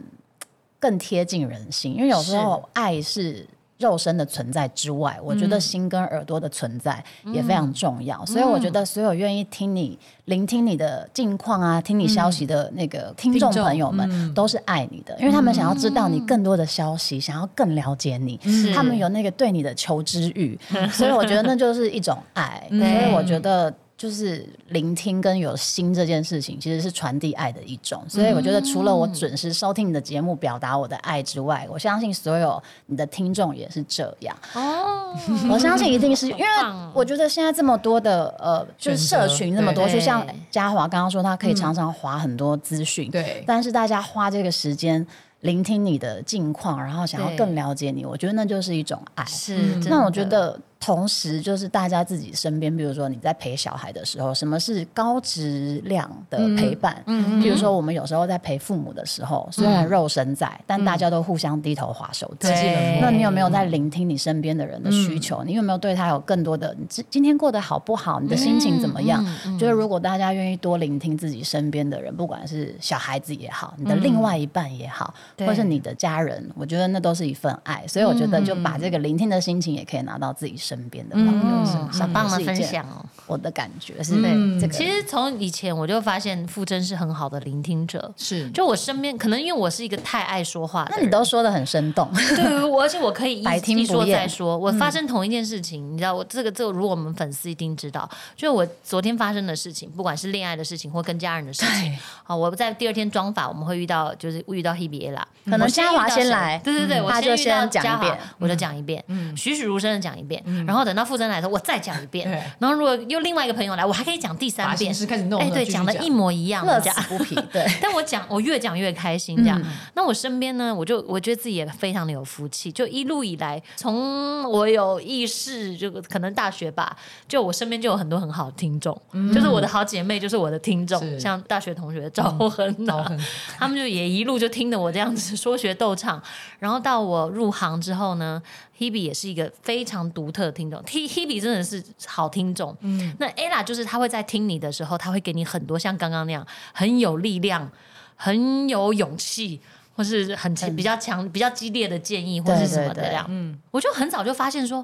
更贴近人心，因为有时候爱是嗯肉身的存在之外，我觉得心跟耳朵的存在也非常重要，所以我觉得所有愿意听你、聆听你的近况啊、听你消息的那个听众朋友们，
嗯
都是爱你的，因为他们想要知道你更多的消息，想要更了解你，
嗯是
他们有那个对你的求知 欲，所以我觉得那就是一种爱，所
嗯
以我觉得。就是聆听跟有心这件事情，其实是传递爱的一种。所以我觉得，除了我准时收听你的节目，表达我的爱之外，我相信所有你的听众也是这 样。
哦，
我相信一定是因为
好棒哦
我觉得现在这么多的呃，就是社群这么多，
对嗯
就像
对
嘉华刚刚说，他可以常常划很多资讯，
对
但是大家花这个时间聆听你的近况，然后想要
对
更了解你，我觉得那就是一种爱。
是。真
那我
的
觉得，同时就是大家自己身边，比如说你在陪小孩的时候，什么是高质量的陪伴？嗯比如说我们有时候在陪父母的时候，虽
嗯
然肉身在，但大家都互相低头划手机
对嗯对。嗯
那你有没有在聆听你身边的人的需求？你有没有对他有更多的？你今今天过得好不好？你的心
嗯
情怎么样？就是如果大家愿意多聆听自己身边的人，不管是小孩子也好，你的另外一半也好，
对
或是你的家人，我觉得那都是一份爱。所以我觉得就把这个聆听的心情也可以拿到自己身边的朋友身
嗯
上，
很棒的
这是一
分
件
享哦。
我的感觉是
嗯
这个，
其实从以前我就发现傅真是很好的聆听者，
是
就我身边可能因为我是一个太爱说话的
那
人，
你都说的很生动，
对，我而且我可以一
百听
一
不
说
厌嗯
再说。我发生同一件事情，你知道，我这个这个，如果我们粉丝一定知道，就我昨天发生的事情，不管是恋爱的事情或跟家人的事
哎
情，好，我在第二天妆法，我们会遇到就是遇到 Hebe 啦，
可能
我先
嘉华
遇到
先
谁
来
对对对，
嗯
我
他就
遇到
先讲一
嘉华
遍嗯
我就讲一遍，栩栩如生的讲一遍，然后等到傅真来的时候，我再讲一
对
遍，然后如果又另外一个朋友来，我还可以讲第三
把心
遍，
事开始弄了
哎，对，
继续
讲的
讲
一模一样，
乐
这
此
样
不疲。 对，
但我讲，我越讲越开心，这样。那我身边呢，我就我觉得自己也非常的有福气，就一路以来，从我有意识，就可能大学吧，就我身边就有很多很好的听众，就是我的好姐妹，嗯就是我的听众，
是
像大学同学赵恒
然后
啊，
很
他们就也一路就听着我这样子说学逗唱，然后到我入行之后呢，Hebe 也是一个非常独特的听众，He Hebe 真的是好听众。嗯，那 Ella 就是他会在听你的时候，他会给你很多像刚刚那样很有力量、很有勇气。或是很强比较强、比较激烈的建议，或
对
是什么
对
的
对
这样，嗯，我就很早就发现说，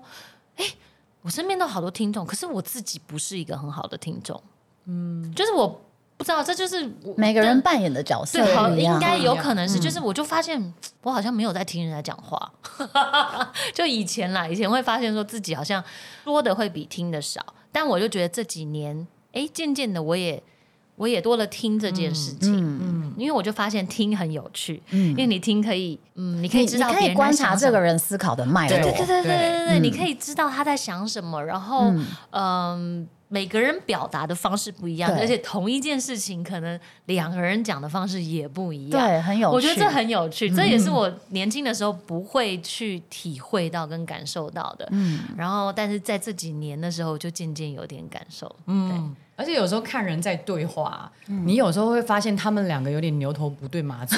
哎，我身边都好多听众，可是我自己不是一个很好的听众，嗯，就是我不知道，这就是我
每个
但
人扮演的角色
对，好，
不一样
应。该有可能是，
嗯
就是我就发现我好像没有在听人家讲话， 就以前啦，以前会发现说自己好像说的会比听的少，但我就觉得这几年，哎，渐渐的我也我也多了听这件事情，
嗯，
因为我就发现听很有趣，
嗯
因为你听可以，嗯，你可
你
以
你
知道
可
别
以
人
观
在想
察
什
这个
么。
人思考的脉
对
络
对，对对对对对，
嗯
你可以知道他在想什么，然后
嗯
嗯，每个人表达的方式不一样，
对
而且同一件事情，可能两个人讲的方式也不一样。
对，很有趣。嗯
我觉得这很有趣，这也是我年轻的时候不会去体会到跟感受到的。
嗯，
然后，但是在这几年的时候，就渐渐有点感受。
嗯，而且有时候看人在对话，
嗯
你有时候会发现他们两个有点牛头不对 马嘴，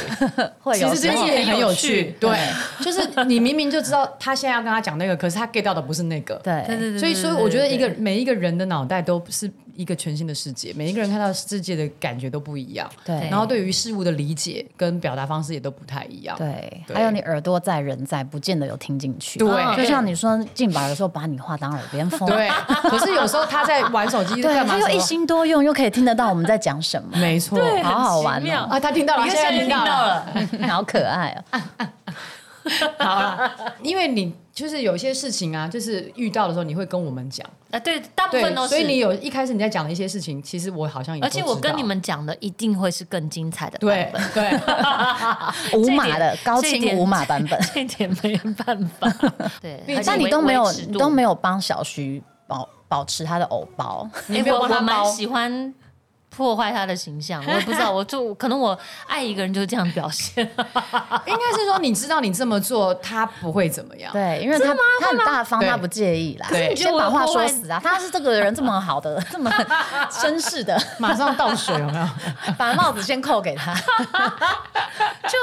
会
其
有
实
时
这
候
也很有
趣
趣。对，就是你明明就知道他现在要跟他讲那个，可是他 get 到的不是那个。
对
对对对，
所以，
对
所以我觉得一个
对
每一个人的脑袋都是一个全新的世界，每一个人看到世界的感觉都不一样，
对
然后对于事物的理解跟表达方式也都不太一样。
对，
对
还有你耳朵在人在，不见得有听进去。
对
就像你说进宝有时候把你话当耳边风，
对，可是有时候他在玩手机，
对，
干嘛
他
什
又
么？
一心多用，又可以听得到我们在讲 什么，
没错，
对
好好
很奇
玩哦
妙
啊，他听到了，
你
现
看现在
在
听
到
到 了，
了。
好可爱哦。
好了，因为你就是有些事情啊，就是遇到的时候你会跟我们讲，
啊，对，大部
对
分都，是。
所以你有一开始你在讲的一些事情，其实我好像也都
而且我
知道
跟你们讲的一定会是更精彩的版
对
本。
对，
无码的高
这一
清
点
无码版 本，
这一点没办 法。对，而且
但你
维
都没有
维持，
你
度
都没有帮小徐保保持他的偶包，
你
哎
没有
我
帮他
我蛮
包
喜欢破坏他的形象，我也不知道，我就可能我爱一个人就这样表现。
啊应该是说你知道你这么做，他不会怎么样。
对，因为他他很大方，
对
他不介意啦。
对
先把话说死啊！他是这个人这么好的，这 么绅士的，
马上倒水有没有？
把帽子先扣给他。
就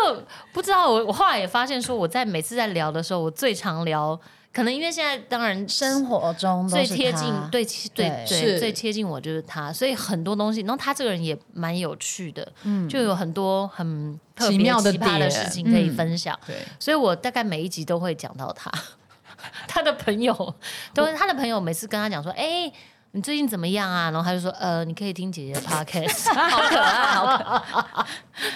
不知道我我后来也发现说，我在每次在聊的时候，我最常聊，可能因为现在当然
生活中都
最
是
贴
他
近，对对
对
对，
是
最贴近我就是他，所以很多东西，然后他这个人也蛮有趣的，就有很多很特别
奇妙的
奇葩的
点
事情可以分享，
对，
所以我大概每一集都会讲到他， 他的朋友，都他的朋友每次跟他讲说，哎、你最近怎么样啊？然后他就说，呃，你可以听姐姐的 podcast，好可爱，好可 爱，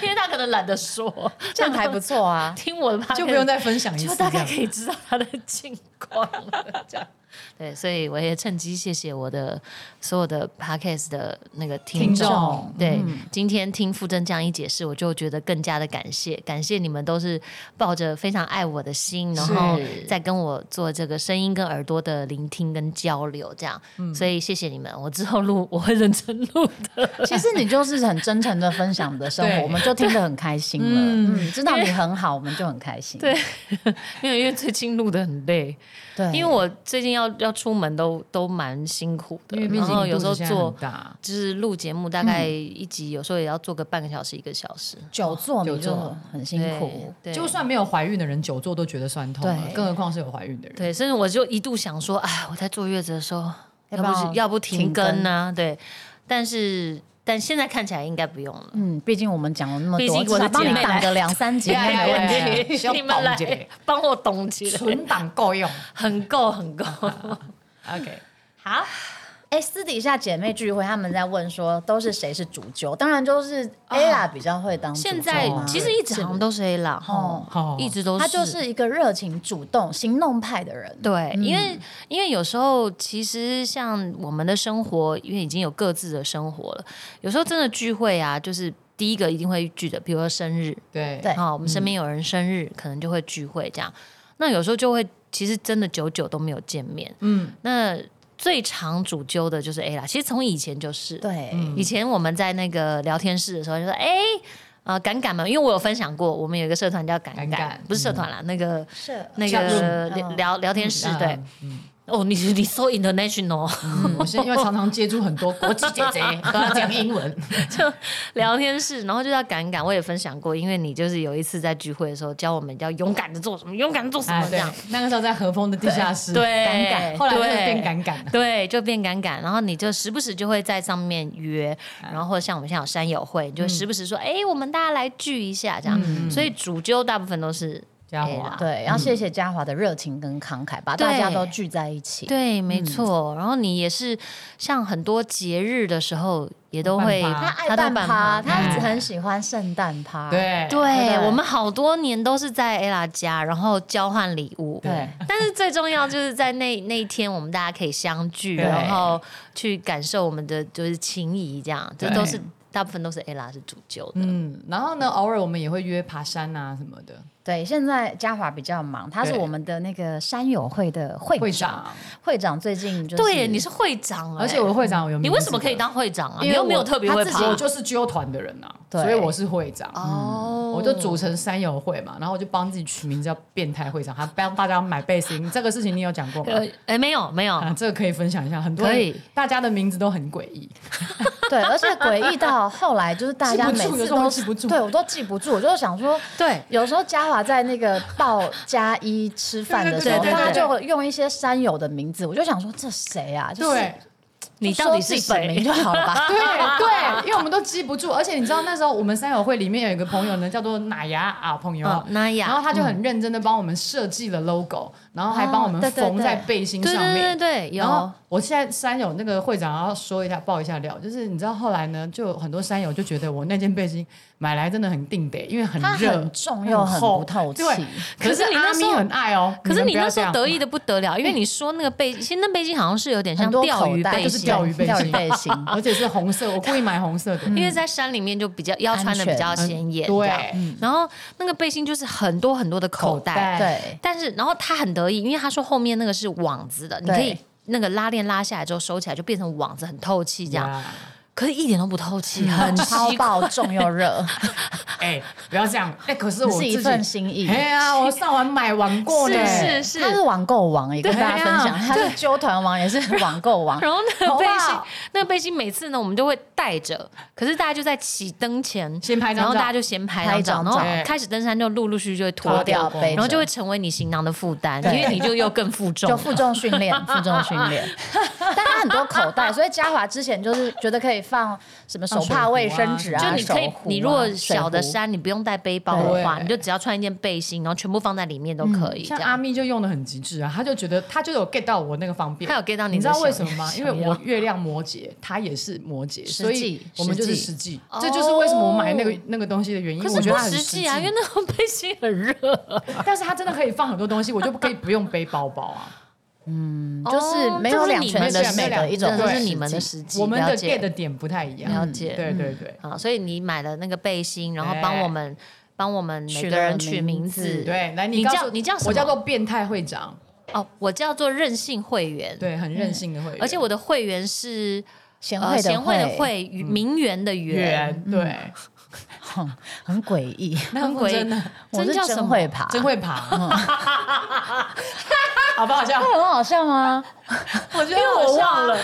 因为他可能懒得说，
这样还不错啊。
听我的 podcast
就不用再分享一
就
次，
大概可以知道他的近况了。这样，对，所以我也趁机谢谢我的所有的 podcast 的那个听
听
众。
众嗯
对，今天听傅真这样一解释，我就觉得更加的感谢，感谢你们都是抱着非常爱我的心，然
是
后再跟我做这个声音跟耳朵的聆听跟交流，这样。
嗯
所以谢谢你们，我之后录我会认真录的。
其实你就是很真诚的分享你的生活，
对
我们就听得很开心了。嗯，知道你很好，我们就很开心。对
没有，因为最近录的很累，
对，
因为我最近要要出门都都蛮辛苦的，
因为毕
然后
竟
有时候
肚子现在
做
很。大，
就是录节目，大概一集有时候也要做个半个小时、一个小时，
久坐你就
久坐
很辛苦。
对。对，
就算没有怀孕的人久坐都觉得酸痛了
对，
更何况是有怀孕的人。
对，甚至我就一度想说，哎，我在坐月子的时候，要
要不
不
要
是要不停
停更
更呢、对，但是但现在看起来应该不用了。
嗯，毕竟我们讲了那么
毕竟
多，
我
至
的
少帮
姐
你
妹
挡
来
个两 三集，
呀呀
哎没有问
呀呀
题。
呀对需要
你们
懂起
来
来
帮我懂起来，
存档够用。
很够，很够。
OK，
好，哎，私底下姐妹聚会，他们在问说都是谁是主揪，当然就是 Ella 比较会当主揪
哦现
嘛。
在其实一直好像都是 A 啦，
啊哦
吼一直都是，
她就是一个热情、主动、行动派的人。
对，
嗯
因为因为有时候其实像我们的生活，因为已经有各自的生活了，有时候真的聚会啊，就是第一个一定会聚的，比如说生日，
对嗯
对
啊、我们身边有人生日，可能就会聚会这样。那有时候就会，其实真的久久都没有见面。
嗯，
那最常主揪的就是 A 啦，其实从以前就是，
对，
以前我们在那个聊天室的时候就说，哎、呃，敢敢嘛，因为我有分享过，我们有一个社团叫敢
敢敢
不是社团啦，那个
是
那
叫
个
嗯
聊聊聊天室，
嗯
对，哦，你 你 so international，
嗯我现在因为常常接触很多国际姐姐，都要讲英文，
聊天室，然后就要敢敢，我也分享过，因为你就是有一次在聚会的时候教我们要勇敢的做什么，勇敢的做什
哎，
么这
对
样，，
那个时候在和风的地下室，
对，
敢敢
后来就
对
变敢敢了，
对，就变敢敢，然后你就时不时就会在上面约，
啊
然后或者像我们现在有山友会，你就会
嗯
时不时说，哎、我们大家来聚一下这样，所以主揪大部分都是
家
A
伙
啦
啊，
对，要谢谢嘉华的热情跟慷慨，把
对
大家都聚在一
嗯
起。
对，没错。然后你也是像很多节日的时候，也都会
办趴
他爱
都
蛋
办
趴，他一直
哎
很喜欢圣诞趴。
对
对
对
我们好多年都是在 ella 家，然后交换礼物。
对，
但是最重要就是在那那一天，我们大家可以相聚，
对
然后去感受我们的就是情谊，这样，这
对
都是大部分都是 ella 是主揪的。
嗯，然后呢，偶尔我们也会约爬山啊什么的，
对，现在嘉华比较忙，他是
对
我们的那个山友会的会
会
长，
长，
会长最近就是
对，你是会长，欸
而且我的会长有名字
你
的
为什么可以？当会长啊？你
因为
又没有
我
特别
他
会
自己
爬
我就是揪团的人啊，
对
所以我是会长。嗯
哦，
我就组成山友会嘛，然后我就帮自己取名字叫“变态会长”，还帮大家买背心。这个事情你有讲过吗？
呃，哎，没有没有，
啊，这个可以分享一下，很多
可
人
以
大家的名字都很诡异。
对，而且诡异到后来就是大家
记不
每
住有时候
次都
记不住
对我都记不住，我就想说。
对，
有时候嘉华在那个报加一吃饭的时
对
候，
对对对对
大家就会用一些山友的名字，我就想说这谁啊？就是
对
你
就
到底
说
是
自己本名
谁？
就好了吧？
对对，因为我们都记不住，而且你知道那时候我们山友会里面有一个朋友呢，叫做奶牙啊朋
嗯
友
哦，
啊，
那
然后
呀，
他就很认真的帮我们设计了 logo，然后还帮我们
哦对对
缝在
对
背心
对
上
对对
面。
对，
然后
有
我现在山友那个会长要说一下爆一下料，就是你知道后来呢，就很多山友就觉得我那件背心买来真的很定得，因为很
它
热，
很重又很
厚
不透气。
对，可
可
是
是你
阿
那时
咪
候
很爱哦，
可是
们
你
不要
那时
这
候
样
得意的不得了，因为你说那个背，其实那背心好像是有点像
很多
钓鱼
口袋
背
就是
心，
钓鱼背心
钓鱼背心
而且是红色，我故意买红色的，
嗯
因为在山里面就比较要穿的比较显眼，这样
对，
嗯
然后那个背心就是很多很多的口袋，
口袋
对
但是然后他很得意，因为他说后面那个是网子的，你
对
可以那个拉链拉下来之后收起来就变成网子，很透气这样。
呀
可是一点都不透气，很
嗯超
奇怪。
爆重 又热，
哎，不要这样，哎，可是
这
我
是
自
一
己，
份心意。
哎呀，我上网买玩过呢，
是是是
他是网购王，也跟
对
大家分享，
啊
他是纠团王，也是网购 王。
然后那个背心
好不好，
那个背心每次呢，我们就会带着，可是大家就在起登前
先拍张照
然后大家就先拍
拍一
张
张
照，
照
然后开始登山就陆陆续续就会脱
脱掉
掉，
背着
然后就会成为你行囊的负担，因
对
为你就又更负重
就
了。
负重训 练，负重训练，但他很多口袋，所以嘉华之前就是觉得可以放什么手帕、
放水壶啊
卫生纸
就
啊，
你可以
手壶啊，
你如果小的
水壶
山，你不用带背包的话，
对嗯
你就只要穿一件背心，然后全部放在里面都可以。这
像阿
样，
咪就用的很极致啊，他就觉得他就有 get 到我那个方便，
他有 get 到你的
你知道
想
为什么 吗？因
想
为
要
我月亮摩羯，他也是摩羯，
实
所
际
以我们就是实
实
际，这就是为什么我买那个那个东西的原
哦
因。
可
我
是
觉得
不
它很
实
际
际啊，因为那个背心很 热，
但是它真的可以放很多东西，我就可以不用背包包啊。
就是没有两
哦
全
这是
其
你
美
们
的一种
对
实际，
这是你们的实际。
我 们
了
的 get
解
的点不太一样。
了解，
对对对。
啊，所以你买了那个背心，然后帮我们
哎
帮我们每
取
个
了
人取名
名
字，
字
对，来，
你
告
叫
诉
你叫什么
我叫做变态会长，
哦，我叫做任性会员，，
对，很任性的会员，
而且我的会员是
贤
呃
惠
贤
的
惠的，会，
嗯
与名媛的媛，
圆对，
哼很诡异。
那
嗯 很诡异
真的
我
真
是
叫什
真
么？
会爬，
真会 爬，好不好笑？
很好笑 啊吗？
我觉得我忘了，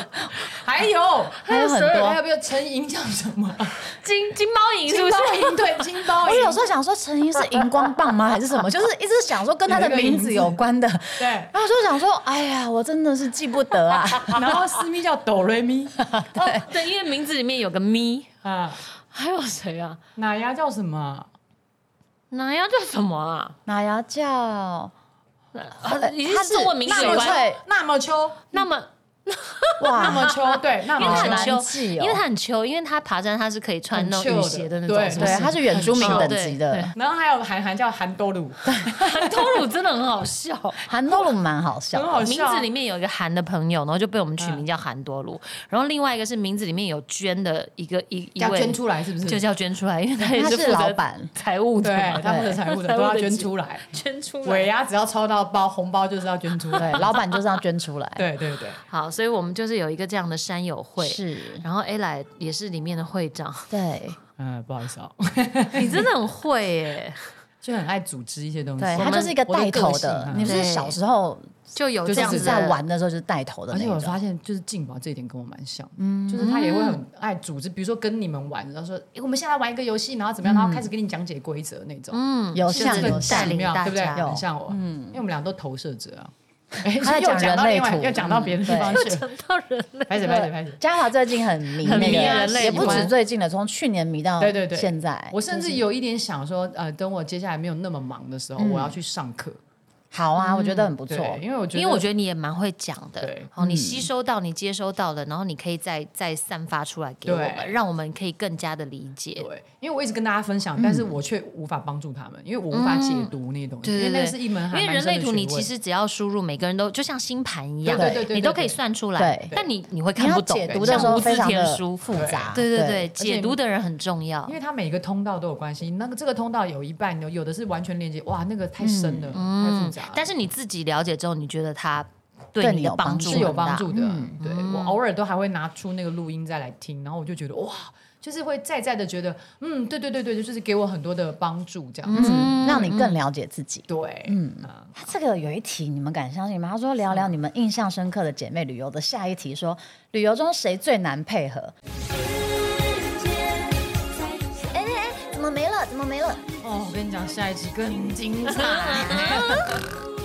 还有
还有很多
谁还有没有陈莹叫什么？
金金猫银是不是？
金包银对，金包
我
银
有时候想说陈怡是荧光棒吗，还是什么？就是一直想说跟他的名字有关的。
对。
然后我就想说，哎呀，我真的是记不 得啊。
然后思密叫哆瑞咪
哦，对，因为名字里面有个咪，
啊，
还有谁啊？
奶牙叫什么？
哪呀叫什么啊？
哪牙叫？呃
啊已经
他
是
是
中文名字
那
有
么
关。
关
秋，那么秋，
那么，
那么
哇，
秋，对，那
因为
么
他
秋
很
好
秋
难，记哦
因为他很秋，因为他爬山他是可以穿那种雨
很 chill 的
鞋的那
对
种，是不
对
是，
他是原住民等级
对
的。
然后还有韩寒叫韩多鲁，
韩偷乳真的 很 好笑。哦
韩多鲁蛮好笑
很好
的，
笑
名字里面有一个韩的朋友，然后就被我们取名叫韩多鲁。然后另外一个是名字里面有娟的一个一一
要
位，
捐出来是不是？
就叫捐出来，因为他也
他
是
是
负责
老板
财务的
对
嘛，，
他们的财务的
财务
都要
的
捐
钱
出来，
捐出
尾
来。
牙只要抽到包红包就是要捐出来。
对，老板就这样 捐出来。
对对对，
好，所以我们就是有一个这样的山友会，
是，
然后 ella 也是里面的会长，
对
嗯，不好意思哦，
哎你真的很会耶，
就很爱组织一些东西。
对，
我
他
们
就是一个带头
我的个性
的
啊。
你不是
对
小时候
就有
就
这样
就是
子
在
的
玩的时候就是带头的
而
那
且我
种。
发现，就是静宝这一点跟我蛮像，
嗯
就是他也会很爱组织，比如说跟你们玩，然后说、诶我们现在玩一个游戏，然后怎么样，然后开始跟你讲解规则那种，
嗯，
有
就是
像有
带
像
领
妙，
大
对不对？
家，嗯
有
很像我，因为我们俩都投射 者啊。
他在
又
讲
到
人类
另外，
图
又讲到别的地
嗯
方去了，
讲到人 类，
拍手拍手拍手。
嘉华最近很迷
很
那
迷啊
个
人类
也不
图
止最近了，从去年迷到
对对对
现在
我甚至有一点想说，呃，等我接下来没有那么忙的时候，我要去上课。
好啊，我觉得很不错。
对，因为我觉得，
嗯因为我觉得你也蛮会讲的
对，嗯
哦，你吸收到，你接收到了，然后你可以再再散发出来给我们，
对
让我们可以更加的理解。
对，因为我一直跟大家分
嗯
享，但是我却无法帮助他们，因为我无法解读那些东西，
对对
因为那
对
是一门
因
还
为
蛮
人
深
类
的
图，
学
你其
问
实只要输入，每个人都就像星盘一样，
对对对对
你都可
对
以算出来
对。
但你你会
你
看
要
不懂，
解读的
像
时候
无
非
字
常
天
的
书
复杂，
对对对，
且
解读的人很重要
因。为它每个通道都有关系，那个这个通道有一半有有的是完全连接，哇，那个太深了，太复杂
嗯
了，
但是你自己了解之后，你觉得它
对
对
你
的
有帮
帮
助
助
是有
很大
帮助的。对我偶尔都还会拿出那个录音再来听，然后我就觉得哇，就是会再再的觉得，嗯，对对对对，就是给我很多的帮助这样子。
嗯，让你更了解自己。
对，嗯啊，
他这个有一题，你们敢相信吗？他说聊聊你们印象深刻的姐妹旅游的下一题说，旅游中谁最难配合？
哎哎哎，怎么没了？怎么没了？
哦，我跟你讲，下一集更精彩。